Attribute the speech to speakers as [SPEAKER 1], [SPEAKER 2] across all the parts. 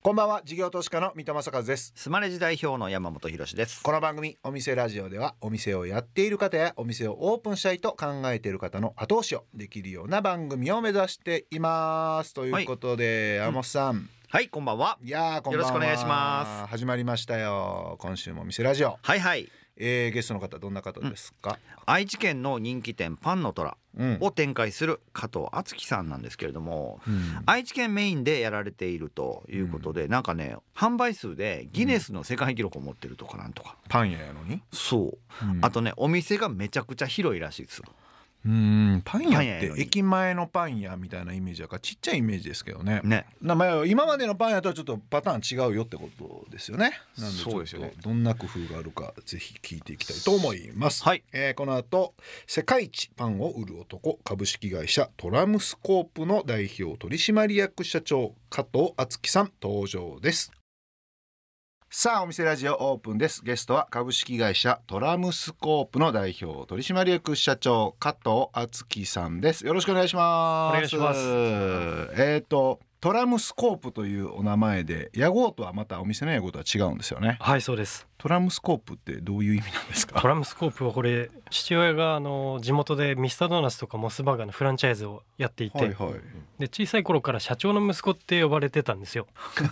[SPEAKER 1] こんばんは事業投資家の三戸正和です
[SPEAKER 2] スマレジ代表の山本博史です
[SPEAKER 1] この番組お店ラジオではお店をやっている方やお店をオープンしたいと考えている方の後押しをできるような番組を目指していますということで、山本さん、
[SPEAKER 2] はいこんばんはい
[SPEAKER 1] やーこんばんは
[SPEAKER 2] よろしくお願いします
[SPEAKER 1] 始まりましたよ今週もお店ラジオ、
[SPEAKER 2] はいはい
[SPEAKER 1] えー、ゲストの方どんな方ですか、
[SPEAKER 2] 愛知県の人気店パンの虎
[SPEAKER 1] うん
[SPEAKER 2] を展開する加藤敦樹さんなんですけれども
[SPEAKER 1] うん
[SPEAKER 2] 愛知県メインでやられているということで、なんかね販売数でギネスの世界記録を持ってるとかなんとか、
[SPEAKER 1] パン屋やのに、
[SPEAKER 2] そう
[SPEAKER 1] うん
[SPEAKER 2] あとねお店がめちゃくちゃ広いらしいですよ
[SPEAKER 1] うんパン屋
[SPEAKER 2] パン屋
[SPEAKER 1] っ
[SPEAKER 2] や
[SPEAKER 1] て
[SPEAKER 2] のに
[SPEAKER 1] 駅前のパン屋みたいなイメージやからちっちゃいイメージですけどね
[SPEAKER 2] ね
[SPEAKER 1] なまあ今までのパン屋とはちょっとパターン違うよってことですよね。なんでちょっと
[SPEAKER 2] そうですよね
[SPEAKER 1] どんな工夫があるかぜひ聞いていきたいと思います。
[SPEAKER 2] はい
[SPEAKER 1] えーこの後世界一パンを売る男株式会社トラムスコープの代表取締役社長加藤敦樹さん登場です。さあお店ラジオオープンですゲストは株式会社トラムスコープの代表取締役社長加藤敦樹さんですよろしくお願いします
[SPEAKER 3] お願いします
[SPEAKER 1] えっ、とトラムスコープというお名前で屋号とはまたお店の屋号とは違うんですよね
[SPEAKER 3] はいそうです
[SPEAKER 1] トラムスコープってどういう意味なんですか
[SPEAKER 3] トラムスコープはこれ父親があの地元でミスタードーナツとかモスバーガーのフランチャイズをやっていて、
[SPEAKER 1] はいはい
[SPEAKER 3] で小さい頃から社長の息子って呼ばれてたんですよ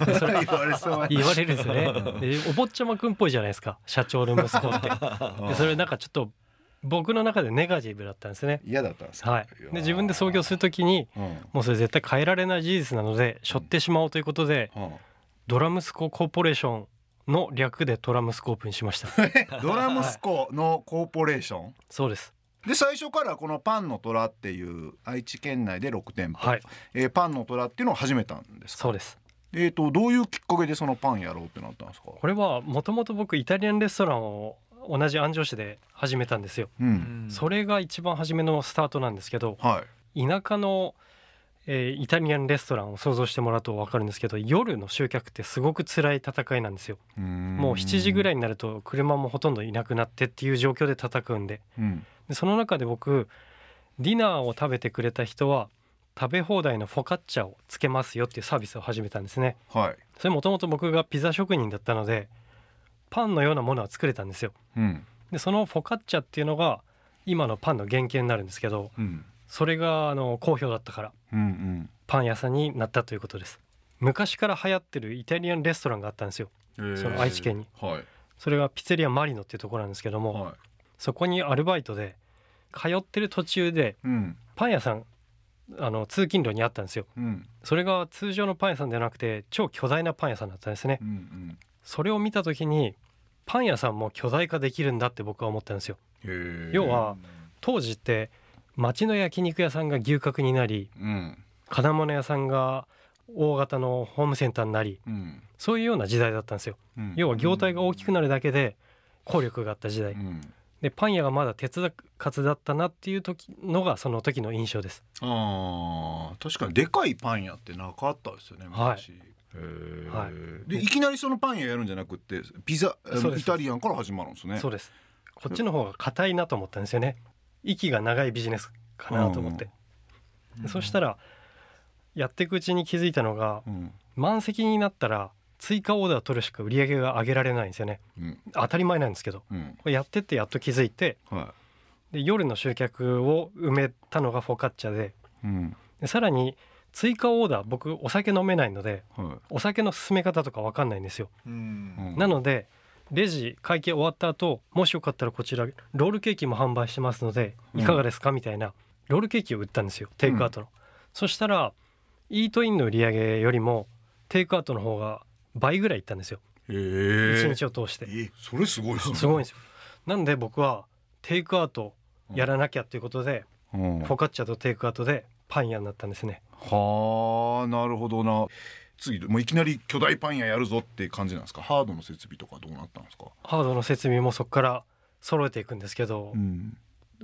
[SPEAKER 1] 言われそう
[SPEAKER 3] 言われるんですよねで お坊ちゃまくんっぽいじゃないですか社長の息子 ってでそれなんかちょっと僕の中でネガティブだったんですね
[SPEAKER 1] 嫌だったんですか
[SPEAKER 3] はいで自分で創業するときに
[SPEAKER 1] うん、
[SPEAKER 3] もうそれ絶対変えられない事実なので背負ってしまおうということで
[SPEAKER 1] は
[SPEAKER 3] ドラムスココーポレーションの略でトラムスコープにしました
[SPEAKER 1] あドラムスコのコーポレーション
[SPEAKER 3] そうです
[SPEAKER 1] で最初からこのパンの虎っていう愛知県内で6店舗、
[SPEAKER 3] はい
[SPEAKER 1] えーパンの虎っていうのを始めたんですか
[SPEAKER 3] そうです
[SPEAKER 1] えー、とどういうきっかけでそのパンやろうってなったんですか、
[SPEAKER 3] これはもともと僕イタリアンレストランを同じ安城市で始めたんですよ、
[SPEAKER 1] うん
[SPEAKER 3] それが一番初めのスタートなんですけど
[SPEAKER 1] はい
[SPEAKER 3] 田舎の、えーイタリアンレストランを想像してもらうと分かるんですけど夜の集客ってすごく辛い戦いなんですよも
[SPEAKER 1] も
[SPEAKER 3] う7時ぐら
[SPEAKER 1] い、
[SPEAKER 3] いになると車もほとんどいなくなってっていう状況で叩くんで
[SPEAKER 1] うん
[SPEAKER 3] でその中で僕ディナーを食べてくれた人は食べ放題のフォカッチャをつけますよっていうサービスを始めたんですね
[SPEAKER 1] はい、
[SPEAKER 3] それもともと僕がピザ職人だったのでパンのようなものは作れたんですよ
[SPEAKER 1] うん
[SPEAKER 3] でそのフォカッチャっていうのが今のパンの原型になるんですけど
[SPEAKER 1] うん
[SPEAKER 3] それがあの好評だったから
[SPEAKER 1] うんうん
[SPEAKER 3] パン屋さんになったということです昔から流行ってるイタリアンレストランがあったんですよその愛知県に
[SPEAKER 1] はい
[SPEAKER 3] それがピツェリアマリノっていうところなんですけども、
[SPEAKER 1] は
[SPEAKER 3] そこにアルバイトで通ってる途中で
[SPEAKER 1] いうん
[SPEAKER 3] パン屋さんあの通勤路にあったんですよ
[SPEAKER 1] うん
[SPEAKER 3] それが通常のパン屋さんではなくて超巨大なパン屋さんだったんですね
[SPEAKER 1] うんうん
[SPEAKER 3] それを見た時にパン屋さんも巨大化できるんだって僕は思ったんですよ
[SPEAKER 1] へー
[SPEAKER 3] 要は当時って町の焼肉屋さんが牛角になり
[SPEAKER 1] うん
[SPEAKER 3] 金物屋さんが大型のホームセンターになり
[SPEAKER 1] うん
[SPEAKER 3] そういうような時代だったんですよ
[SPEAKER 1] うん
[SPEAKER 3] 要は業態が大きくなるだけで効力があった時代
[SPEAKER 1] うん
[SPEAKER 3] でパン屋がまだ手つかずだったなっていう時のがその時の印象です
[SPEAKER 1] あー確かにでかいパン屋ってなかったですよね昔、へー
[SPEAKER 3] はい
[SPEAKER 1] でいきなりそのパン屋やるんじゃなくってピザあの
[SPEAKER 3] そうです
[SPEAKER 1] イタリアンから始まるんですね
[SPEAKER 3] そうですこっちの方が硬いなと思ったんですよね息が長いビジネスかなと思ってでそしたらやっていくうちに気づいたのが
[SPEAKER 1] うん
[SPEAKER 3] 満席になったら追加オーダー取るしか売り上げが上げられないんですよね
[SPEAKER 1] うん
[SPEAKER 3] 当たり前なんですけど
[SPEAKER 1] うん
[SPEAKER 3] これやってってやっと気づいて
[SPEAKER 1] は
[SPEAKER 3] で夜の集客を埋めたのがフォカッチャで
[SPEAKER 1] いうん
[SPEAKER 3] でさらに追加オーダー僕お酒飲めないので
[SPEAKER 1] は
[SPEAKER 3] お酒の進め方とか分かんないんですよ、
[SPEAKER 1] いうん
[SPEAKER 3] なのでレジ会計終わった後もしよかったらこちらロールケーキも販売してますので
[SPEAKER 1] うん
[SPEAKER 3] いかがですかみたいなロールケーキを売ったんですよテイクアウトの、そしたらイートインの売り上げよりもテイクアウトの方が倍ぐらいいったんですよ
[SPEAKER 1] へ
[SPEAKER 3] 一
[SPEAKER 1] ー
[SPEAKER 3] 日を通して
[SPEAKER 1] えそれすごいですね
[SPEAKER 3] すごいんですよなんで僕はテイクアウトやらなきゃということで、
[SPEAKER 1] うん
[SPEAKER 3] フォカッチャとテイクアウトでパン屋になったんですね
[SPEAKER 1] はあなるほどな次もういきなり巨大パン屋やるぞって感じなんですかハードの設備とかどうなったんですか、
[SPEAKER 3] ハードの設備もそこから揃えていくんですけど、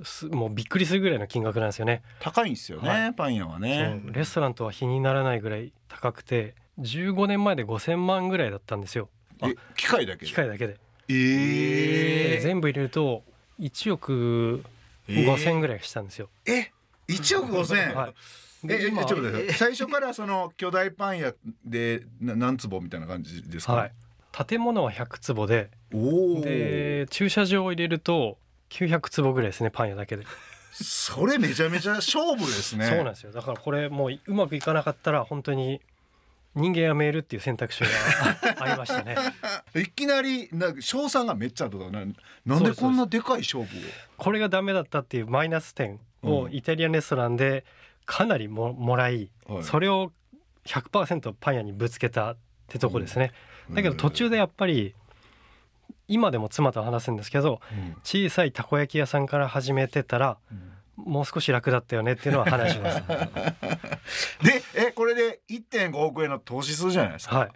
[SPEAKER 3] すもうびっくりするぐらいの金額なんですよね、
[SPEAKER 1] 高いんですよね、
[SPEAKER 3] は
[SPEAKER 1] パン屋はね
[SPEAKER 3] そうレストランとは比にならないぐらい高くて15年前で5,000万ぐらいだったんですよ
[SPEAKER 1] え機械だけ
[SPEAKER 3] 機械だけで、
[SPEAKER 1] ええ
[SPEAKER 3] 全部入れると1億
[SPEAKER 1] えー
[SPEAKER 3] 5,000ぐらいしたんですよ、
[SPEAKER 1] え1億5000円、
[SPEAKER 3] はい
[SPEAKER 1] ええちょ
[SPEAKER 3] 今
[SPEAKER 1] っと待ってください最初からその巨大パン屋でな何坪みたいな感じですか、
[SPEAKER 3] はい、建物は100坪で
[SPEAKER 1] おお
[SPEAKER 3] で駐車場を入れると900坪ぐらいですねパン屋だけで、
[SPEAKER 1] それめちゃめちゃ勝負ですね
[SPEAKER 3] そうなんですよだからこれもううまくいかなかったら本当に人間やめるっていう選 択肢がありましたね
[SPEAKER 1] いきなりなんか賞賛がめっちゃあったとかななんでこんなでかい勝負を
[SPEAKER 3] これがダメだったっていうマイナス点を
[SPEAKER 1] うん
[SPEAKER 3] イタリアンレストランでかなりももらい、
[SPEAKER 1] はい
[SPEAKER 3] それを100%パン屋にぶつけたってとこですね、
[SPEAKER 1] うん
[SPEAKER 3] だけど途中でやっぱり今でも妻と話すんですけど
[SPEAKER 1] うん
[SPEAKER 3] 小さいたこ焼き屋さんから始めてたらもう少し楽だったよねっていうのは話します
[SPEAKER 1] でえこれで1.5億円の投資数じゃないですか、
[SPEAKER 3] はい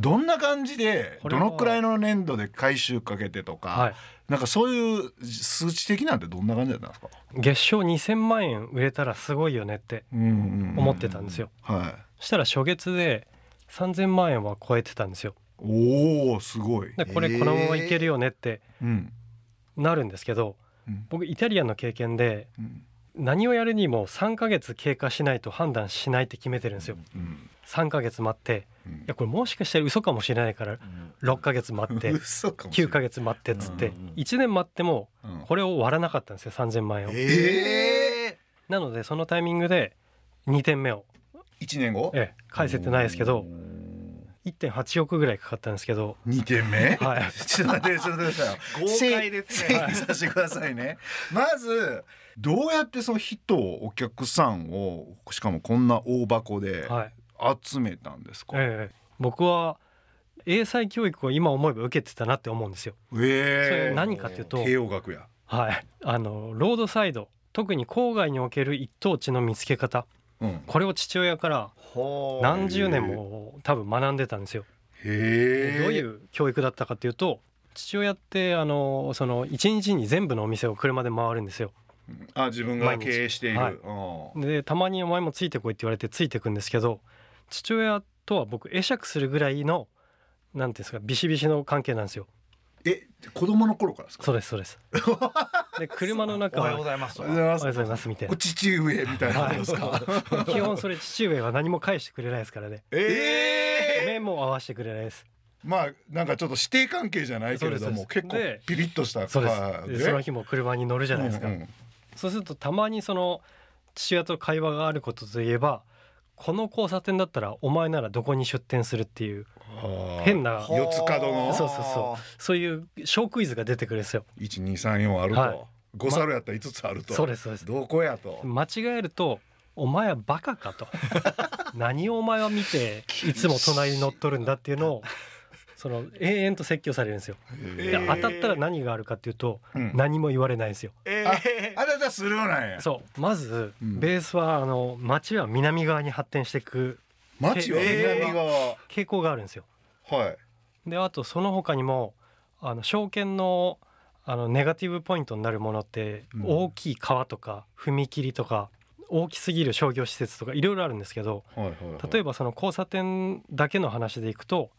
[SPEAKER 1] どんな感じで
[SPEAKER 3] これ
[SPEAKER 1] ど
[SPEAKER 3] は
[SPEAKER 1] のくらいの年度で回収かけてとか、
[SPEAKER 3] はい
[SPEAKER 1] なんかそういう数値的なんてどんな感じだったんですか、
[SPEAKER 3] 月賞2,000万円売れたらすごいよねって
[SPEAKER 1] うんうんうん
[SPEAKER 3] 思ってたんですよ
[SPEAKER 1] はい
[SPEAKER 3] したら初月で3,000万円は超えてたんですよ
[SPEAKER 1] おおすごい、
[SPEAKER 3] でこれこのままいけるよねって
[SPEAKER 1] うん
[SPEAKER 3] なるんですけど
[SPEAKER 1] うん
[SPEAKER 3] 僕イタリアンの経験で
[SPEAKER 1] うん
[SPEAKER 3] 何をやるにも3ヶ月経過しないと判断しないって決めてるんですよ
[SPEAKER 1] うん
[SPEAKER 3] 3ヶ月待って
[SPEAKER 1] うん
[SPEAKER 3] いやこれもしかしたら嘘かもしれないから6ヶ月待って
[SPEAKER 1] 嘘かもしれ
[SPEAKER 3] 9
[SPEAKER 1] な
[SPEAKER 3] ヶ
[SPEAKER 1] い
[SPEAKER 3] 月待ってっつって
[SPEAKER 2] うんうん
[SPEAKER 3] 1年待っても
[SPEAKER 1] うん
[SPEAKER 3] これを割らなかったんですよ3,000万円を
[SPEAKER 2] ええ
[SPEAKER 3] なのでそのタイミングで2点目を、
[SPEAKER 1] 一年後
[SPEAKER 3] ええ、返せてないですけど1.8億ぐらいかかったんですけど
[SPEAKER 1] 二点目
[SPEAKER 3] はい
[SPEAKER 1] ちょっと待ってちょっと待ってください
[SPEAKER 2] 豪快です
[SPEAKER 1] 整
[SPEAKER 2] ね
[SPEAKER 1] 理させてくださいね。まずどうやってその人をお客さんをしかもこんな大箱で
[SPEAKER 3] はい、
[SPEAKER 1] 集めたんですか。え
[SPEAKER 3] ええ、僕は英才教育を今思えば受けてたなって思うんですよ。それ
[SPEAKER 1] え
[SPEAKER 3] 何かというと、
[SPEAKER 1] 帝王学や。
[SPEAKER 3] はい、あのロードサイド特に郊外における一等地の見つけ方
[SPEAKER 1] うん。へ
[SPEAKER 3] これを父親から
[SPEAKER 2] ほう
[SPEAKER 3] 何十年も多分学んでたんですよ。
[SPEAKER 1] え。
[SPEAKER 3] でどういう教育だったかというと父親ってあのその1日に全部のお店を車で回るんですよ。
[SPEAKER 1] あ自分が経営している。
[SPEAKER 3] 毎
[SPEAKER 1] うん
[SPEAKER 3] でたまに「お前もついてこい」って言われてついてくんですけど父親とは僕会釈するぐらいのなんていうんですかビシビシの関係なんですよ
[SPEAKER 1] え子供の頃からですか。
[SPEAKER 3] そうですそうです で車の中
[SPEAKER 2] おはよう
[SPEAKER 3] は
[SPEAKER 2] ございます
[SPEAKER 1] おはようございま
[SPEAKER 3] 「おはようございます」みたい
[SPEAKER 1] お
[SPEAKER 3] な
[SPEAKER 1] 父上みたいなことですか。
[SPEAKER 3] 基本それ父上は何も返してくれないですからね
[SPEAKER 1] ええ。
[SPEAKER 3] 目も合わせてくれないです
[SPEAKER 1] まあなんかちょっと師弟関係じゃないけれども
[SPEAKER 3] そうです
[SPEAKER 1] 結構
[SPEAKER 3] で
[SPEAKER 1] ピリッとした。
[SPEAKER 3] そうです
[SPEAKER 1] はい
[SPEAKER 3] でその日も車に乗るじゃないですか、
[SPEAKER 1] うんうん
[SPEAKER 3] そうするとたまにその父親と会話があることといえばこの交差点だったらお前ならどこに出店するっていう
[SPEAKER 1] あー
[SPEAKER 3] 変な
[SPEAKER 1] ほう四つ角の
[SPEAKER 3] そうそうそそういう小クイズが出てくるんですよ
[SPEAKER 1] 一二三四ある
[SPEAKER 3] はい
[SPEAKER 1] と、五猿やったら五つあると、
[SPEAKER 3] そうですそうです
[SPEAKER 1] どこやと。
[SPEAKER 3] 間違えると「お前はバカか」と 「何をお前は見ていつも隣に乗っとるんだ」っていうのをその延々と説教されるんですよ。
[SPEAKER 2] へ
[SPEAKER 3] で
[SPEAKER 2] ー
[SPEAKER 3] 当たったら何があるかっていうと
[SPEAKER 1] うん
[SPEAKER 3] 何も言われないんですよ。
[SPEAKER 2] ええ
[SPEAKER 1] あなたスルーなんや。
[SPEAKER 3] そうまず
[SPEAKER 1] うん
[SPEAKER 3] ベースはあの町は南側に発展していく
[SPEAKER 1] 町は南側、
[SPEAKER 3] 傾向があるんですよ。
[SPEAKER 1] はい。
[SPEAKER 3] であとその他にもあの証券のあのネガティブポイントになるものって
[SPEAKER 1] うん
[SPEAKER 3] 大きい川とか踏切とか大きすぎる商業施設とかいろいろあるんですけど
[SPEAKER 1] はいはいはい。
[SPEAKER 3] 例え
[SPEAKER 1] ば。
[SPEAKER 3] ばその交差点だけの話でいくと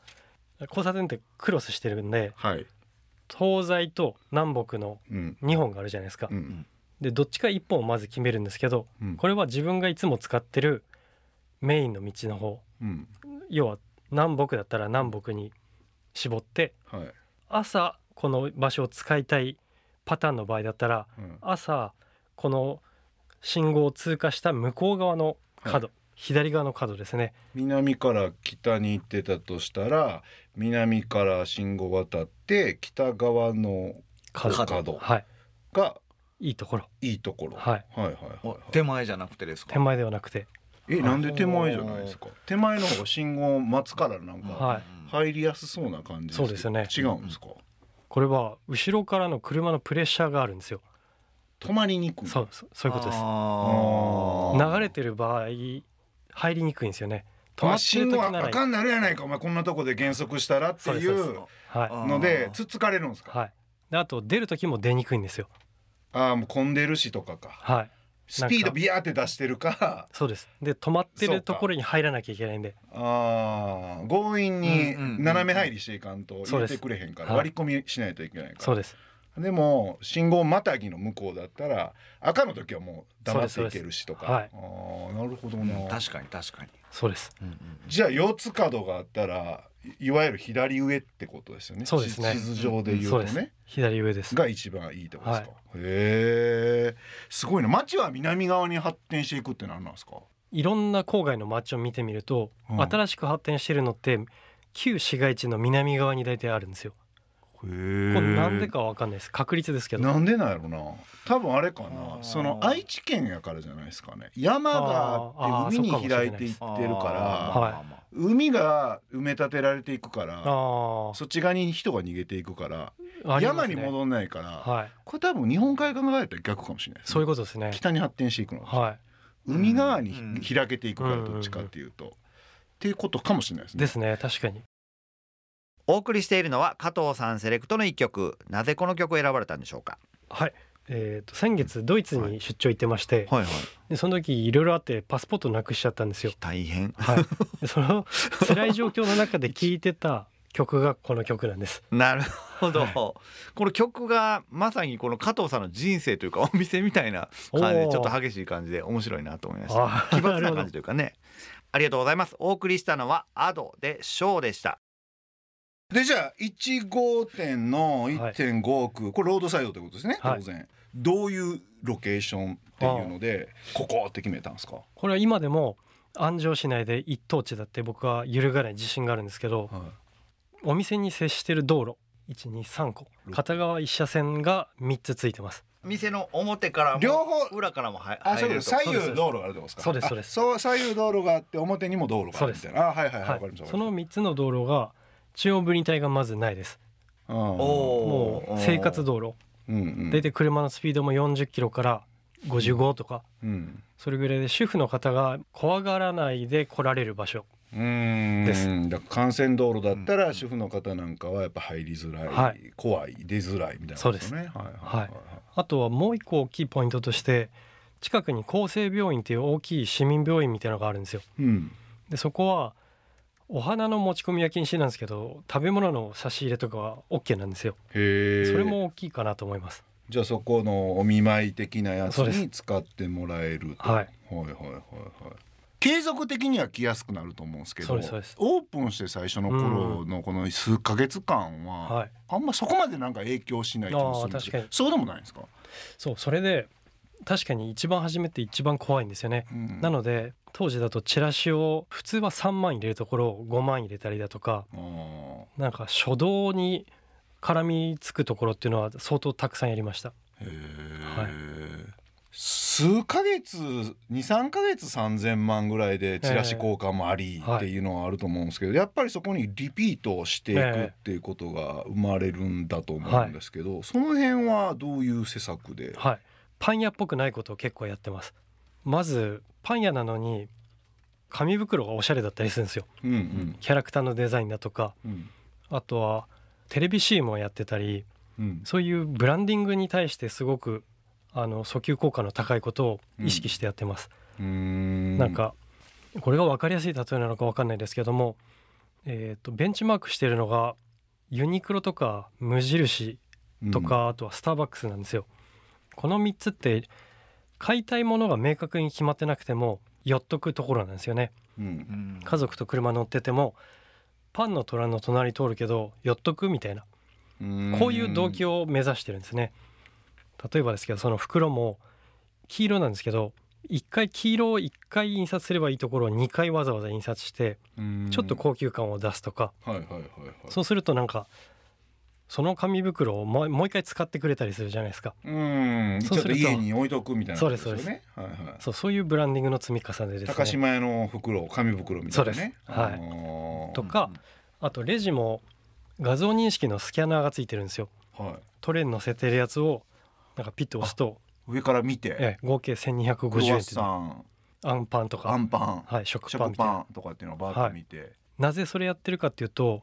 [SPEAKER 3] 交差点ってクロスしてるんで
[SPEAKER 1] はい。
[SPEAKER 3] 東西と南北の
[SPEAKER 1] うん。
[SPEAKER 3] 2本があるじゃないですか、
[SPEAKER 1] うん。
[SPEAKER 3] でどっちか1本をまず決めるんですけど
[SPEAKER 1] うん。
[SPEAKER 3] これは自分がいつも使ってるメインの道の方
[SPEAKER 1] うん。
[SPEAKER 3] 要は南北だったら南北に絞って
[SPEAKER 1] はい。
[SPEAKER 3] 朝この場所を使いたいパターンの場合だったら
[SPEAKER 1] うん。
[SPEAKER 3] 朝この信号を通過した向こう側の角、左側の角ですね
[SPEAKER 1] 南から北に行ってたとしたら、南から信号渡って北側の
[SPEAKER 3] 角
[SPEAKER 1] 角
[SPEAKER 3] はい
[SPEAKER 1] が
[SPEAKER 3] いいところ
[SPEAKER 1] いいところ。
[SPEAKER 3] はい
[SPEAKER 1] はいはいはい
[SPEAKER 2] お
[SPEAKER 1] はい。
[SPEAKER 2] 手前じゃなくてですか
[SPEAKER 3] 手前ではなくて
[SPEAKER 1] えなんで手前じゃないですか。手前の方が信号待つからなんか
[SPEAKER 3] はい
[SPEAKER 1] 入りやすそうな感じけど
[SPEAKER 3] そうですよね
[SPEAKER 1] 違うんですか。
[SPEAKER 3] これは後ろからの車のプレッシャーがあるんですよ。
[SPEAKER 1] 止まりにくい。
[SPEAKER 3] そうそうそういうことです。
[SPEAKER 1] あー
[SPEAKER 3] 流れてる場合入りにくいんですよね。止ま
[SPEAKER 1] あ
[SPEAKER 3] ってる
[SPEAKER 1] 信号
[SPEAKER 3] 時な
[SPEAKER 1] あ
[SPEAKER 3] ら
[SPEAKER 1] かんなるやないかお前こんなとこで減速したらってい
[SPEAKER 3] そうですそううはい
[SPEAKER 2] あ
[SPEAKER 1] ので
[SPEAKER 2] あー
[SPEAKER 1] つっつかれるんですか、
[SPEAKER 3] はい。であと出る時も出にくいんですよ。
[SPEAKER 1] ああもう混んでるしとかか
[SPEAKER 3] はい。
[SPEAKER 1] スピードビヤーって出してるか
[SPEAKER 3] そうです。で止まって
[SPEAKER 1] そう
[SPEAKER 3] る
[SPEAKER 1] か
[SPEAKER 3] ところに入らなきゃいけないんで、
[SPEAKER 1] あー強引
[SPEAKER 2] うんうんうんう
[SPEAKER 1] に
[SPEAKER 2] ん
[SPEAKER 1] 斜め入りしていかんと入
[SPEAKER 3] そ
[SPEAKER 1] れ
[SPEAKER 3] うで
[SPEAKER 1] て
[SPEAKER 3] す
[SPEAKER 1] くれへんから
[SPEAKER 3] はい
[SPEAKER 1] 割り込みしないといけないから
[SPEAKER 3] そうです。
[SPEAKER 1] でも信号またぎの向こうだったら赤の時はもう黙っていけるしとか、
[SPEAKER 3] そうで
[SPEAKER 1] あーなるほど
[SPEAKER 2] うん
[SPEAKER 1] な、
[SPEAKER 2] 確かに確かに、
[SPEAKER 3] そうです
[SPEAKER 2] うん
[SPEAKER 1] じゃあ四つ角があったらいいわゆる左上ってことですよね
[SPEAKER 3] そうですね
[SPEAKER 1] 地図上で言うと
[SPEAKER 3] そうです
[SPEAKER 1] ね、
[SPEAKER 3] 左上です
[SPEAKER 1] が一番いいってことですか、へえすごいな町は南側に発展していくって何なんですか
[SPEAKER 3] いろんな郊外の街を見てみると、
[SPEAKER 1] うん
[SPEAKER 3] 新しく発展してるのって旧市街地の南側に大体あるんですよこれなんでかわかんないです確率ですけど
[SPEAKER 1] なんでなんやろな多分あれか
[SPEAKER 2] あ
[SPEAKER 1] な
[SPEAKER 2] ー
[SPEAKER 1] その愛知県やからじゃないですかね山があって
[SPEAKER 3] あー
[SPEAKER 1] 海
[SPEAKER 3] あーそうかもし
[SPEAKER 1] に
[SPEAKER 3] れな
[SPEAKER 1] 開
[SPEAKER 3] い
[SPEAKER 1] いていってる
[SPEAKER 2] あー
[SPEAKER 1] から
[SPEAKER 3] はい
[SPEAKER 2] まあまあ
[SPEAKER 1] 海が埋め立てられていくから
[SPEAKER 3] あ
[SPEAKER 1] そっち側に人が逃げていくから、
[SPEAKER 3] あありま
[SPEAKER 1] 山
[SPEAKER 3] すね
[SPEAKER 1] に戻んないから、
[SPEAKER 3] はい
[SPEAKER 1] これ多分日本海側がやったら逆かもしれないですね
[SPEAKER 3] そういうことですね
[SPEAKER 1] 北に発展していくのが、
[SPEAKER 3] は
[SPEAKER 1] 海側に
[SPEAKER 2] うん
[SPEAKER 1] 開けていくから
[SPEAKER 3] うん
[SPEAKER 1] どっちかっていうと、っていうことかもしれないです
[SPEAKER 3] い
[SPEAKER 1] ね
[SPEAKER 3] ですね確かに
[SPEAKER 2] お送りしているのは加藤さんセレクトの一曲なぜこの曲を選ばれたんでしょうか
[SPEAKER 3] はいえー、と先月ドイツに出張行ってまして、
[SPEAKER 2] はいはい
[SPEAKER 3] でその時いろいろあってパスポートなくしちゃったんですよ
[SPEAKER 2] 大変
[SPEAKER 3] はいでそ の辛い状況の中で聴いてた曲がこの曲なんです
[SPEAKER 2] なるほど、この曲がまさにこの加藤さんの人生というかお店みたいな感じで
[SPEAKER 3] おー
[SPEAKER 2] ちょっと激しい感じで面白いなと思いました
[SPEAKER 3] あー
[SPEAKER 2] 奇抜
[SPEAKER 3] なる
[SPEAKER 2] な
[SPEAKER 3] ほど
[SPEAKER 2] 感じというかねありがとうございますお送りしたのはアドでショーでした
[SPEAKER 1] でじゃあ1号店の1.5億、これロードサイドってことですね
[SPEAKER 3] はい
[SPEAKER 1] 当然、どういうロケーションっていうのでここって決めたんですか、
[SPEAKER 3] これは今でも安城市内で一等地だって僕は揺るがない自信があるんですけどお店に接してる道路123個片側一車線が3つついてます
[SPEAKER 2] 店の表からも
[SPEAKER 1] 両方
[SPEAKER 2] 裏からもは
[SPEAKER 1] あ
[SPEAKER 2] 入
[SPEAKER 1] そう
[SPEAKER 2] れ
[SPEAKER 1] い
[SPEAKER 2] る
[SPEAKER 1] うことと左
[SPEAKER 3] そうで
[SPEAKER 1] 右道
[SPEAKER 3] す
[SPEAKER 1] 路があるってことですか
[SPEAKER 3] そうですそうです
[SPEAKER 1] あそう左右道路があって表にも道路があるみたいなあはいはいはいわ、
[SPEAKER 3] はい
[SPEAKER 1] かりました
[SPEAKER 3] その3つの道路が中央分離帯がまずないです
[SPEAKER 1] お
[SPEAKER 2] お
[SPEAKER 3] も
[SPEAKER 2] ー
[SPEAKER 3] う生活道路
[SPEAKER 1] うんうん
[SPEAKER 3] 大体車のスピードも40キロから55とか
[SPEAKER 1] うん
[SPEAKER 3] それぐらいで主婦の方が怖がらないで来られる場所
[SPEAKER 1] うーん
[SPEAKER 3] です
[SPEAKER 1] だから幹線道路だった
[SPEAKER 2] う
[SPEAKER 1] ら
[SPEAKER 2] ん
[SPEAKER 1] 主婦の方なんかはやっぱ入りづらい、
[SPEAKER 3] はい
[SPEAKER 1] 怖い出づらいみたいなことねはいはいはいはい
[SPEAKER 3] あとはもう一個大きいポイントとして近くに厚生病院っていう大きい市民病院みたいなのがあるんですよ
[SPEAKER 1] うん
[SPEAKER 3] でそこはお花の持ち込みは禁止なんですけど食べ物の差し入れとかは OK なんですよ
[SPEAKER 1] へえ
[SPEAKER 3] それも大きいかなと思います
[SPEAKER 1] じゃあそこのお見舞い的なやつ
[SPEAKER 3] そうです
[SPEAKER 1] に使ってもらえると
[SPEAKER 3] はい
[SPEAKER 1] はいはいはいはい継続的には来やすくなると思うんですけど
[SPEAKER 3] そうですそうです
[SPEAKER 1] オープンして最初の頃のこの数ヶ月間は、
[SPEAKER 3] はい
[SPEAKER 1] あんまそこまでなんか影響しない気もするんですけ
[SPEAKER 3] あ
[SPEAKER 1] ど
[SPEAKER 3] ー確かに
[SPEAKER 1] そうでもないんですか、
[SPEAKER 3] そうそれで確かに一番初めって一番怖いんですよね
[SPEAKER 1] うん
[SPEAKER 3] なので当時だとチラシを普通は3万入れるところを5万入れたりだとか
[SPEAKER 1] あー
[SPEAKER 3] なんか初動に絡みつくところっていうのは相当たくさんやりました
[SPEAKER 1] へえ、
[SPEAKER 3] はい
[SPEAKER 1] 数ヶ月23ヶ月3,000万ぐらいでチラシ交換もあり
[SPEAKER 3] ええ
[SPEAKER 1] っていうのはあると思うんですけど、やっぱりそこにリピートをしていく
[SPEAKER 3] ええ
[SPEAKER 1] っていうことが生まれるんだと思うんですけど、その辺はどういう施策で、
[SPEAKER 3] はいパン屋っぽくないことを結構やってますまずパン屋なのに紙袋がおしゃれだったりするんですよ
[SPEAKER 1] うんうん
[SPEAKER 3] キャラクターのデザインだとか
[SPEAKER 1] うん
[SPEAKER 3] あとはテレビ CM をやってたり
[SPEAKER 1] うん、
[SPEAKER 3] そういうブランディングに対してすごくあの訴求効果の高いことを意識してやってます、
[SPEAKER 1] うーん
[SPEAKER 3] なんかこれが分かりやすい例えなのか分かんないですけども、えー、とベンチマークしてるのがユニクロとか無印とか、あとはスターバックスなんですよこの3つって買いたいものが明確に決まってなくても寄っとくところなんですよね
[SPEAKER 1] うん、うん
[SPEAKER 2] 家
[SPEAKER 3] 家族と車乗っててもパンの虎の隣通るけど寄っとくみたいなこういう動機を目指してるんですね。例えばですけどその袋も黄色なんですけど1回黄色を1回印刷すればいいところを2回わざわざ印刷して
[SPEAKER 1] うん
[SPEAKER 3] ちょっと高級感を出すとか、
[SPEAKER 1] はいはいはいはい
[SPEAKER 3] そうするとなんかその紙袋をもうもう一回使ってくれたりするじゃないですか
[SPEAKER 1] うんち
[SPEAKER 3] そ
[SPEAKER 1] ょ
[SPEAKER 3] う
[SPEAKER 1] っ
[SPEAKER 3] す
[SPEAKER 1] と
[SPEAKER 3] ると
[SPEAKER 1] 家に置いとくみたいなことよ
[SPEAKER 3] そうですそう
[SPEAKER 1] ねはいはい
[SPEAKER 3] そうそういうブランディングの積み重ねですね。
[SPEAKER 1] 高島屋の袋紙袋みたいな
[SPEAKER 3] そうで
[SPEAKER 1] ね
[SPEAKER 3] すはい
[SPEAKER 1] い
[SPEAKER 3] とかあとレジも画像認識のスキャナーがついてるんですよ。
[SPEAKER 1] はい、
[SPEAKER 3] トレーに乗せてるやつをなんかピッと押すと、
[SPEAKER 1] 上から見て
[SPEAKER 3] ええ合計
[SPEAKER 1] クロ
[SPEAKER 3] 1250
[SPEAKER 1] ワッ
[SPEAKER 3] 円っていう
[SPEAKER 1] サン
[SPEAKER 3] あんパンと
[SPEAKER 1] あ
[SPEAKER 3] か
[SPEAKER 1] んパン
[SPEAKER 3] はい食パ
[SPEAKER 1] 食
[SPEAKER 3] ンみたいな
[SPEAKER 1] パンとかっていうのをバーッと見て、
[SPEAKER 3] なぜそれやってるかっていうと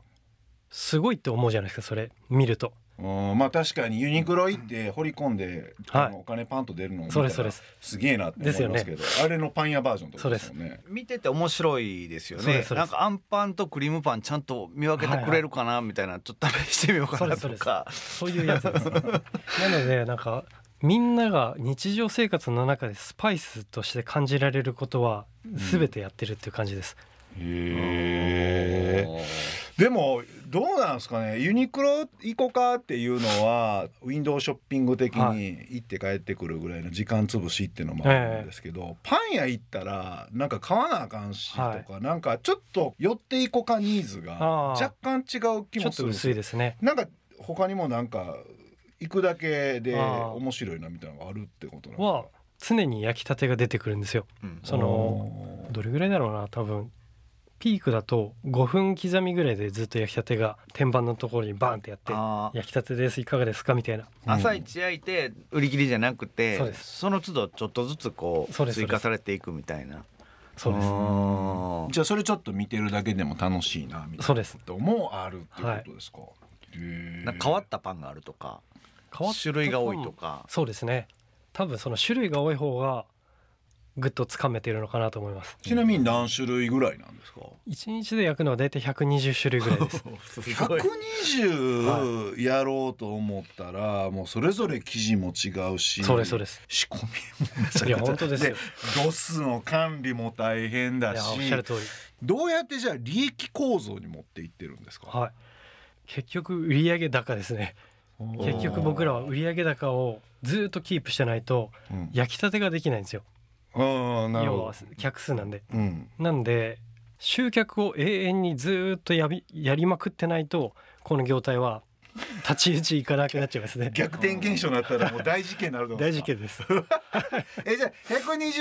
[SPEAKER 3] すごいって思うじゃないですかそれ見ると
[SPEAKER 1] うんまあ確かにユニクロ行って掘り込んで、
[SPEAKER 3] はい
[SPEAKER 1] あのお金パンと出るのを見た
[SPEAKER 3] そう
[SPEAKER 1] ら
[SPEAKER 3] ですそうです
[SPEAKER 1] すげえなって思いますけどあれのパン屋バージョンってことですよね
[SPEAKER 2] 見てて面白いですよ
[SPEAKER 3] そうで
[SPEAKER 2] ね
[SPEAKER 3] すそうで
[SPEAKER 2] な
[SPEAKER 3] す
[SPEAKER 2] んかアンパンとクリームパンちゃんと見分けてくれるかなみたいなちょっと試してみようかな
[SPEAKER 3] そう
[SPEAKER 2] と
[SPEAKER 3] です
[SPEAKER 2] か
[SPEAKER 3] そういうやつ ですなのでなんかみんなが日常生活の中でスパイスとして感じられることは全てやってるっていう感じです、
[SPEAKER 1] へえでもどうなんですかねユニクロ行こうかっていうのはウィンドウショッピング的
[SPEAKER 3] は
[SPEAKER 1] に行って帰ってくるぐらいの時間潰しっていうのもあるんですけど、パン屋行ったらなんか買わなあかんしとか、
[SPEAKER 3] はい
[SPEAKER 1] なんかちょっと寄っていこかニーズが
[SPEAKER 3] あー
[SPEAKER 1] 若干違う気
[SPEAKER 3] ちょ
[SPEAKER 1] も
[SPEAKER 3] っ
[SPEAKER 1] す
[SPEAKER 3] と
[SPEAKER 1] るん
[SPEAKER 3] 薄いですね
[SPEAKER 1] なんか他にもなんか行くだけで
[SPEAKER 3] あー
[SPEAKER 1] 面白いなみたいなのがあるってことなん
[SPEAKER 3] は常に焼きたてが出てくるんですよ
[SPEAKER 2] うん
[SPEAKER 3] そのどれぐらいだろうな多分ピークだと5分刻みぐらいでずっと焼きたてが天板のところにバーンってやって
[SPEAKER 2] あー
[SPEAKER 3] 焼きたてですいかがですかみたいな
[SPEAKER 1] うん
[SPEAKER 2] 朝一焼いて売り切りじゃなくて、
[SPEAKER 3] そうです
[SPEAKER 2] の都度ちょっとずつこ
[SPEAKER 3] そう
[SPEAKER 2] う
[SPEAKER 3] です
[SPEAKER 2] 追加されていくみたいな
[SPEAKER 3] そうで
[SPEAKER 2] う
[SPEAKER 3] す
[SPEAKER 2] ーん
[SPEAKER 1] じゃあそれちょっと見てるだけでも楽しいなみた
[SPEAKER 3] そ
[SPEAKER 1] いう
[SPEAKER 3] です
[SPEAKER 1] なのもあるっていうことですか、へー
[SPEAKER 2] なんか変わったパンがあるとか
[SPEAKER 3] 変わった
[SPEAKER 2] 種類が多いと か
[SPEAKER 3] そうですね多分その種類が多い方がぐっとつかめてるのかなと思います
[SPEAKER 1] ちなみに何種類ぐらいなんですか
[SPEAKER 3] 1日で焼くのは大体120種類ぐらいです
[SPEAKER 2] すごい
[SPEAKER 1] 120やろうと思ったらもうそれぞれ生地も違うし
[SPEAKER 3] そうですそうです
[SPEAKER 1] 仕込みもめちゃくちゃ
[SPEAKER 3] いや本当ですよ
[SPEAKER 1] ドスの管理も大変
[SPEAKER 3] い
[SPEAKER 1] だ
[SPEAKER 3] や
[SPEAKER 1] し
[SPEAKER 3] おっしゃる通り
[SPEAKER 1] どうやってじゃあ利益構造に持っていってるんですか、
[SPEAKER 3] はい結局売上高ですね結局僕らは売上高をずっとキープしてないと
[SPEAKER 1] うん
[SPEAKER 3] 焼きたてができないんですよ
[SPEAKER 1] うんなるほ
[SPEAKER 3] 要
[SPEAKER 1] ど
[SPEAKER 3] は客数なんで
[SPEAKER 1] うん
[SPEAKER 3] なんで集客を永遠にずーっとやびやりまくってないとこの業態は太刀打ちいかなくなっちゃいますね
[SPEAKER 1] 逆転現象になったらもう大事件になると思うん
[SPEAKER 3] 大
[SPEAKER 1] です
[SPEAKER 3] 事
[SPEAKER 1] か
[SPEAKER 3] 件です
[SPEAKER 1] えじゃあ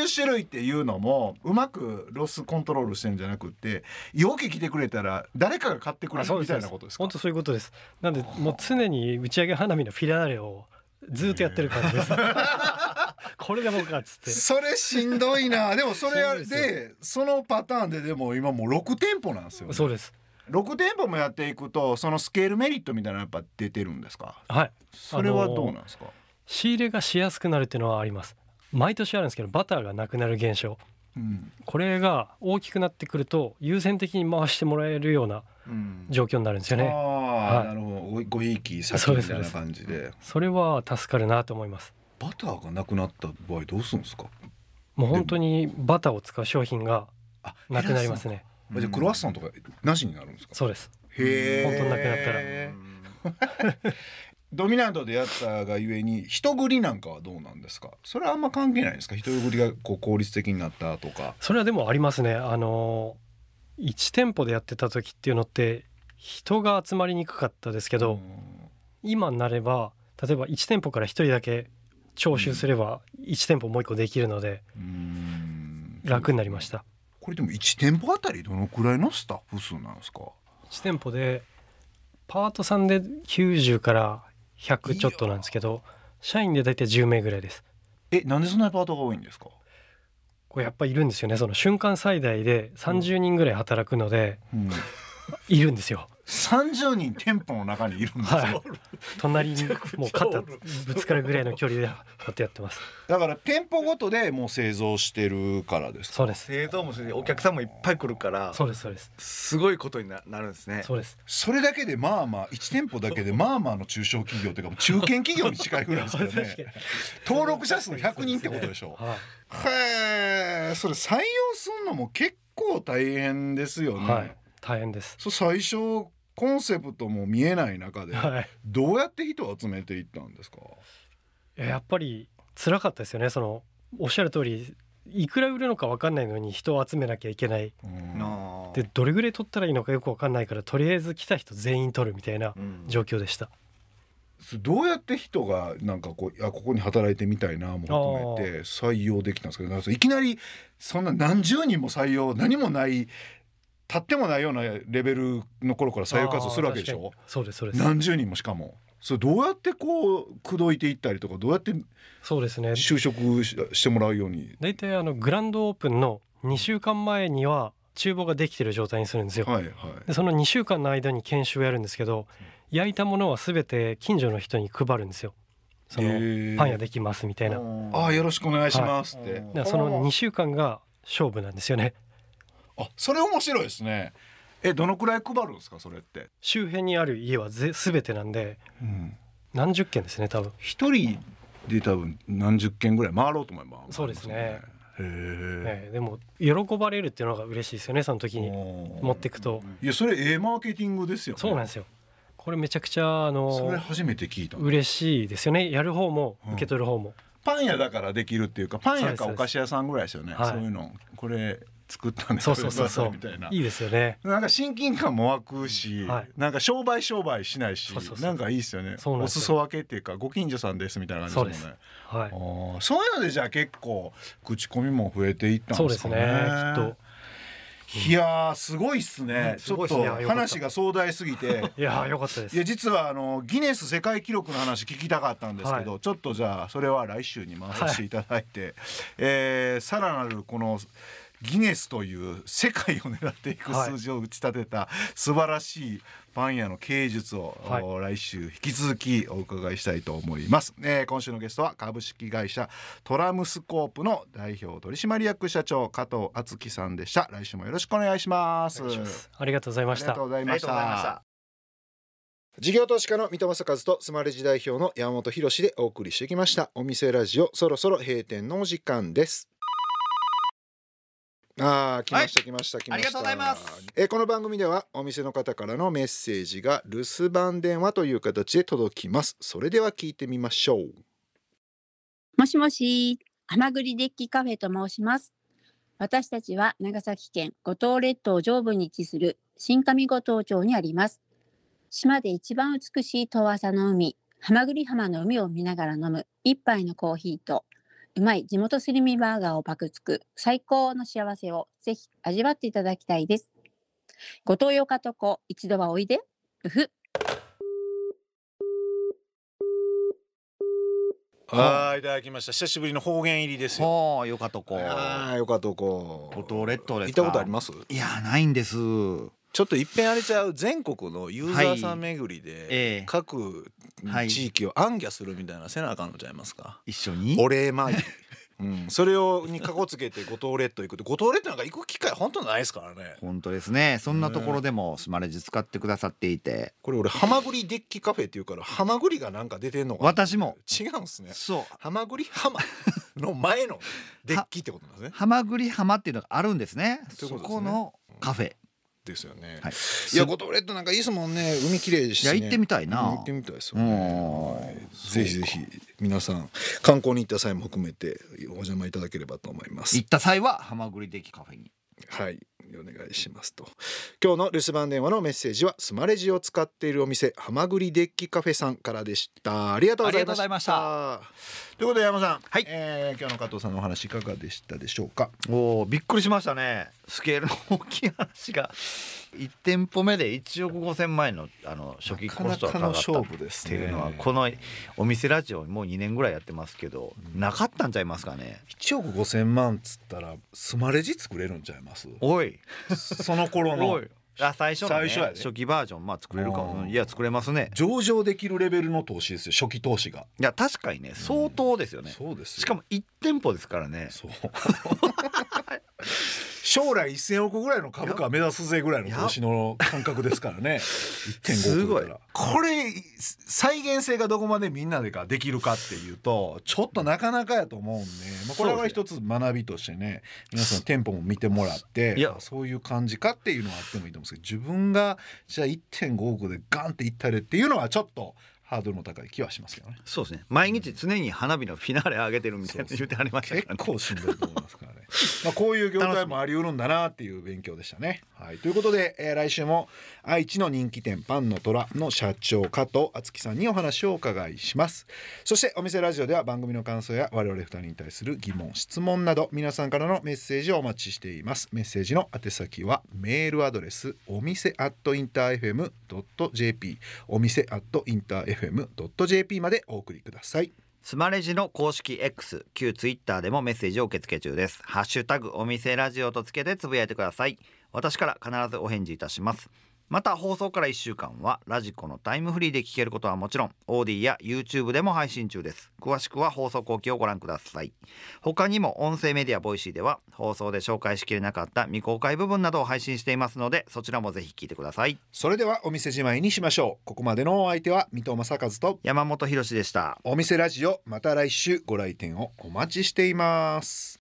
[SPEAKER 1] 120種類っていうのもうまくロスコントロールしてるんじゃなくって容器来てくれたら誰かが買ってくれるみたいなことですか
[SPEAKER 3] 本当そういうことですなんでもう常に打ち上げ花火のフィナーレをずーっとやってる感じです これが僕かっつって
[SPEAKER 1] それしんどい なでもそれあれ
[SPEAKER 3] しんどい
[SPEAKER 1] でそのパターンででも今もう6店舗なんですよ、ね、
[SPEAKER 3] そうです
[SPEAKER 1] 6店舗もやっていくとそのスケールメリットみたいなのやっぱ出てるんですか
[SPEAKER 3] はい
[SPEAKER 1] それはどうなんですか、
[SPEAKER 3] 仕入れがしやすくなるっていうのはあります毎年あるんですけどバターがなくなる現象
[SPEAKER 1] うん
[SPEAKER 3] これが大きくなってくると優先的に回してもらえるような
[SPEAKER 2] うん
[SPEAKER 3] 状況になるんですよね
[SPEAKER 1] ああ、
[SPEAKER 3] はい
[SPEAKER 1] なるほどごごひいき先みたいな感じで
[SPEAKER 3] それは助かるなと思います
[SPEAKER 1] バターがなくなった場合どうするんですか
[SPEAKER 3] もう本当にバターを使う商品が
[SPEAKER 1] あ
[SPEAKER 3] なくなりますね
[SPEAKER 1] あじゃあクロワッサンとかなしになるんですか
[SPEAKER 3] そうです
[SPEAKER 1] へえ
[SPEAKER 3] 本当なくなったら
[SPEAKER 1] ドミナントでやったがゆえに人繰りなんかはどうなんですかそれはあんま関係ないんですか人繰りがこう効率的になったとか
[SPEAKER 3] それはでもありますねあの1店舗でやってた時っていうのって人が集まりにくかったですけど、今になれば例えば1店舗から1人だけ徴収すれば1店舗もう1個できるので
[SPEAKER 1] うん
[SPEAKER 3] 楽になりました
[SPEAKER 1] これでも1店舗あたりどのくらいのスタッフ数なんですか
[SPEAKER 3] 1店舗でパートさんで90から100ちょっとなんですけど社員で大体10名ぐらいです
[SPEAKER 1] えなんでそんなにパートが多いんですか
[SPEAKER 3] これやっぱいるんですよねその瞬間最大で30人ぐらい働くので、
[SPEAKER 1] うん
[SPEAKER 3] いるんですよ
[SPEAKER 1] 30人店舗の中にいるんですよ、
[SPEAKER 3] はい隣にもう肩ぶつかるぐらいの距離でこうやってやってます
[SPEAKER 1] だから店舗ごとでもう製造してるからですか
[SPEAKER 3] そうです
[SPEAKER 2] 製造もするしお客さんもいっぱい来るから
[SPEAKER 3] そうですそうです
[SPEAKER 2] すごいことにななるんですね
[SPEAKER 3] そうです
[SPEAKER 1] それだけでまあまあ1店舗だけでまあまあの中小企業というか中堅企業に近いぐらいですよね
[SPEAKER 3] 確かに
[SPEAKER 1] 登録者数100人ってことでしょ
[SPEAKER 3] はい
[SPEAKER 1] へえそれ採用するのも結構大変ですよね、
[SPEAKER 3] はい大変です
[SPEAKER 1] そう最初コンセプトも見えない中で
[SPEAKER 3] はい
[SPEAKER 1] どうやって人を集めていったんですか
[SPEAKER 3] いややっぱり辛かったですよねそのおっしゃる通りいくら売るのか分かんないのに人を集めなきゃいけない
[SPEAKER 1] うん
[SPEAKER 2] なあ
[SPEAKER 3] でどれぐらい取ったらいいのかよく分かんないからとりあえず来た人全員取るみたいな
[SPEAKER 2] うん
[SPEAKER 3] 状況でした、
[SPEAKER 1] それどうやって人がなんかこうあここに働いてみたいなも含めて採用できたんですけどなんかいきなりそんな何十人も採用何もないたってもないようなレベルの頃から採用活動するわけでし
[SPEAKER 3] あー
[SPEAKER 1] ょ
[SPEAKER 3] 確かにそうですそうです
[SPEAKER 1] 何十人もしかもそれどうやってこう口説いていったりとかどうやって
[SPEAKER 3] そうですね
[SPEAKER 1] 就職ししてもらうように、
[SPEAKER 3] 大体あのグランドオープンの2週間前には厨房ができてる状態にするんですよ、
[SPEAKER 1] はいはい、
[SPEAKER 3] でその2週間の間に研修をやるんですけど焼いたものは全て近所の人に配るんですよそのパン屋
[SPEAKER 1] で
[SPEAKER 3] できますみたいな
[SPEAKER 1] あ
[SPEAKER 2] あ
[SPEAKER 1] あよろしくお願いしますって、
[SPEAKER 2] はい
[SPEAKER 3] だからその2週間が勝負なんですよね
[SPEAKER 1] あそれ面白いですねえどのくらい配るんですかそれって、
[SPEAKER 3] 周辺にある家はぜ全てなんで
[SPEAKER 1] うん、
[SPEAKER 3] 何十軒ですね多分
[SPEAKER 1] 一人で多分何十件ぐらい回ろうと思えば
[SPEAKER 3] そうですね
[SPEAKER 1] 回りますもんねへ
[SPEAKER 3] ええでも喜ばれるっていうのが嬉しいですよねその時
[SPEAKER 1] え、
[SPEAKER 3] に
[SPEAKER 1] おー
[SPEAKER 3] 持っていくと
[SPEAKER 1] いやそれええマーケティングですよね
[SPEAKER 3] そうなんですよこれめちゃくちゃあ
[SPEAKER 1] それ
[SPEAKER 3] の
[SPEAKER 1] 初めて聞いた
[SPEAKER 3] 嬉しいですよねやる方も受け取る方も、
[SPEAKER 1] パン屋だからできるっていうかパン屋か
[SPEAKER 3] そうで
[SPEAKER 1] お
[SPEAKER 3] す
[SPEAKER 1] 菓子屋さんぐらいですよね
[SPEAKER 3] はい
[SPEAKER 1] そういうのこれ作ったんで
[SPEAKER 3] そうそうそうそう
[SPEAKER 1] 食べてくださいみたいない
[SPEAKER 3] いですよね
[SPEAKER 1] なんか親近感も湧くし、
[SPEAKER 3] はい
[SPEAKER 1] なんか商売商売しないし
[SPEAKER 3] そうそうそう
[SPEAKER 1] なんかいいですよね
[SPEAKER 3] そうなん
[SPEAKER 1] お
[SPEAKER 3] ですよ
[SPEAKER 1] 裾分けっていうかご近所さんですみたいな感じですもんね
[SPEAKER 3] は
[SPEAKER 1] あ
[SPEAKER 3] い
[SPEAKER 1] ーそういうのでじゃあ結構口コミも増えていったん
[SPEAKER 3] そう
[SPEAKER 1] で
[SPEAKER 3] ですす
[SPEAKER 1] か
[SPEAKER 3] ね
[SPEAKER 1] ね
[SPEAKER 3] きっと
[SPEAKER 1] いやーすごいっすね、
[SPEAKER 2] うん
[SPEAKER 1] ち
[SPEAKER 2] す
[SPEAKER 1] ょ
[SPEAKER 2] ご
[SPEAKER 1] っ
[SPEAKER 2] いっす
[SPEAKER 1] と
[SPEAKER 2] ね
[SPEAKER 1] 話が壮大すぎて
[SPEAKER 3] いやーよかったです
[SPEAKER 1] いや実はあのギネス世界記録の話聞きたかったんですけど、
[SPEAKER 3] は
[SPEAKER 1] ちょっとじゃあそれは来週に回させていただいて、えーさらなるこのギネスという世界を狙っていく
[SPEAKER 3] はい
[SPEAKER 1] 数字を打ち立てた素晴らしいパン屋の経営術を、
[SPEAKER 3] はい
[SPEAKER 1] お来週引き続きお伺いしたいと思います、えー今週のゲストは株式会社トラムスコープの代表取締役社長加藤敦樹さんでした来週もよろしくお願いします
[SPEAKER 3] お願いしますありがとうございま
[SPEAKER 1] あ
[SPEAKER 3] し
[SPEAKER 1] りが
[SPEAKER 3] た
[SPEAKER 1] とうござ
[SPEAKER 2] り
[SPEAKER 1] い
[SPEAKER 2] が
[SPEAKER 1] ま
[SPEAKER 2] とうございま
[SPEAKER 1] し
[SPEAKER 2] したた
[SPEAKER 1] 事業投資家の三戸正和とスマレジ代表の山本博史でお送りしてきましたお店ラジオそろそろ閉店のお時間ですあー来ました、来ました来ました
[SPEAKER 2] ありがとうございます
[SPEAKER 1] えーこの番組ではお店の方からのメッセージが留守番電話という形で届きますそれでは聞いてみましょう
[SPEAKER 4] もしもし、甘栗デッキカフェと申します。私たちは長崎県五島列島上部に位置する新上五島町にあります。島で一番美しい遠浅の海、ハマグリ浜の海を見ながら飲む一杯のコーヒーと、うまい地元すり身バーガーを爆つく最高の幸せをぜひ味わっていただきたいです。五島よかとこ一度はおいで。うふ。
[SPEAKER 1] あーいただきました久しぶりの方言入りですよ
[SPEAKER 2] はあよかとこ
[SPEAKER 1] あーよかったこ
[SPEAKER 2] 五島列島
[SPEAKER 1] 行
[SPEAKER 2] で
[SPEAKER 1] っ
[SPEAKER 2] す
[SPEAKER 1] た
[SPEAKER 2] か
[SPEAKER 1] ことあります
[SPEAKER 2] いやないんです
[SPEAKER 1] ちょっと一遍あれちゃう全国のユーザーさん巡りで、
[SPEAKER 2] ええ
[SPEAKER 1] 各
[SPEAKER 2] はい
[SPEAKER 1] 地域を暗記するみたいなせなあかんのちゃいますか、
[SPEAKER 2] 一緒に
[SPEAKER 1] お礼 参り、うん、それをにかこつけて五島列島行くって五島列島なんか行く機会本当ないですからね
[SPEAKER 2] 本当ですねそんなところでもスマレジ使ってくださっていて
[SPEAKER 1] これ俺ハマグリデッキカフェっていうからハマグリがなんか出てんのかな
[SPEAKER 2] 私も
[SPEAKER 1] 違うんすね
[SPEAKER 2] そ
[SPEAKER 1] ハマグリ浜の前のデッキってことなんですね
[SPEAKER 2] うはまぐり浜っていうのがあるんですね
[SPEAKER 1] ということですね
[SPEAKER 2] そこのカフェ
[SPEAKER 1] ですよね、、
[SPEAKER 2] はいい
[SPEAKER 1] や五島列島なんかいいですもんね海綺麗で
[SPEAKER 2] い
[SPEAKER 1] し
[SPEAKER 2] や
[SPEAKER 1] ね
[SPEAKER 2] 行ってみたい
[SPEAKER 1] うん行
[SPEAKER 2] な
[SPEAKER 1] ってみたいですよ
[SPEAKER 2] うん
[SPEAKER 1] ね。はいぜひぜひ皆さん観光に行った際も含めてお邪魔いただければと思います
[SPEAKER 2] 行。った際ははまぐりデッキカフェに
[SPEAKER 1] はい、お願いしますと。今日の留守番電話のメッセージはスマレジを使っているお店ハマグリデッキカフェさんからでした。ありがとうございました。
[SPEAKER 2] ありがとうご
[SPEAKER 1] ということで山田さん、
[SPEAKER 2] はい
[SPEAKER 1] えー今日の加藤さんのお話いかがでしたでしょうか。
[SPEAKER 2] おおびっくりしましたねスケールの大きい話が1店舗目で1億5,000万円のあの初期コストがかか
[SPEAKER 1] な
[SPEAKER 2] っ
[SPEAKER 1] かな
[SPEAKER 2] た
[SPEAKER 1] かの勝負です
[SPEAKER 2] っ
[SPEAKER 1] ね
[SPEAKER 2] ていうのはこのお店ラジオもう2年ぐらいやってますけどなかったんちゃいますかね
[SPEAKER 1] 1億5千万っつったらスマレジ作れるんちゃいます。
[SPEAKER 2] おい
[SPEAKER 1] その頃
[SPEAKER 2] おいあ最初の、
[SPEAKER 1] 最
[SPEAKER 2] ね、
[SPEAKER 1] 初やで
[SPEAKER 2] 初期バージョンまあ作れるかも
[SPEAKER 1] うん
[SPEAKER 2] いや作れますね
[SPEAKER 1] 上場できるレベルの投資ですよ初期投資が。
[SPEAKER 2] いや確かにね相当ですよね
[SPEAKER 1] そうですよ。
[SPEAKER 2] しかも1店舗ですからね
[SPEAKER 1] そう 将来1000億ぐらいの株価目指すぜぐらいの投資の感覚ですからね1.5
[SPEAKER 2] す
[SPEAKER 1] 億
[SPEAKER 2] ごい
[SPEAKER 1] からこれ再現性がどこまでみんなでができるかっていうとちょっとなかなかやと思うんで、まあ、これは一つ学びとしてね皆さん店舗も見てもらって
[SPEAKER 2] いや
[SPEAKER 1] そういう感じかっていうのはあってもいいと思うんですけど自分がじゃあ1.5億でガンっていったれっていうのはちょっとハードルの高い気はしますけどね。
[SPEAKER 2] そうですね毎日常に花火のフィナーレ上げてるみたいな
[SPEAKER 1] そうそう
[SPEAKER 2] 言ってありました
[SPEAKER 1] 結
[SPEAKER 2] からね
[SPEAKER 1] 構しんどいと思いますからね。 まあこういう業界もあり得るんだなっていう勉強でしたね。はい、ということで、えー来週も愛知の人気店パンの虎の社長加藤敦樹さんにお話をお伺いします。そしてお店ラジオでは番組の感想や我々2人に対する疑問質問など皆さんからのメッセージをお待ちしています。メッセージの宛先はメールアドレスお店アットインター FM.jp お店アットインター FM.jp までお送りください。
[SPEAKER 2] スマレジの公式 X 旧 Twitter でもメッセージを受け付け中ですハッシュタグお店ラジオとつけてつぶやいてください私から必ずお返事いたしますまた放送から1週間はラジコのタイムフリーで聞けることはもちろん OD や YouTube でも配信中です詳しくは放送後期をご覧ください他にも音声メディアボイシーでは放送で紹介しきれなかった未公開部分などを配信していますのでそちらもぜひ聞いてください
[SPEAKER 1] それではお店じまいにしましょうここまでのお相手は水戸正和と
[SPEAKER 2] 山本博史でした
[SPEAKER 1] お店ラジオまた来週ご来店をお待ちしています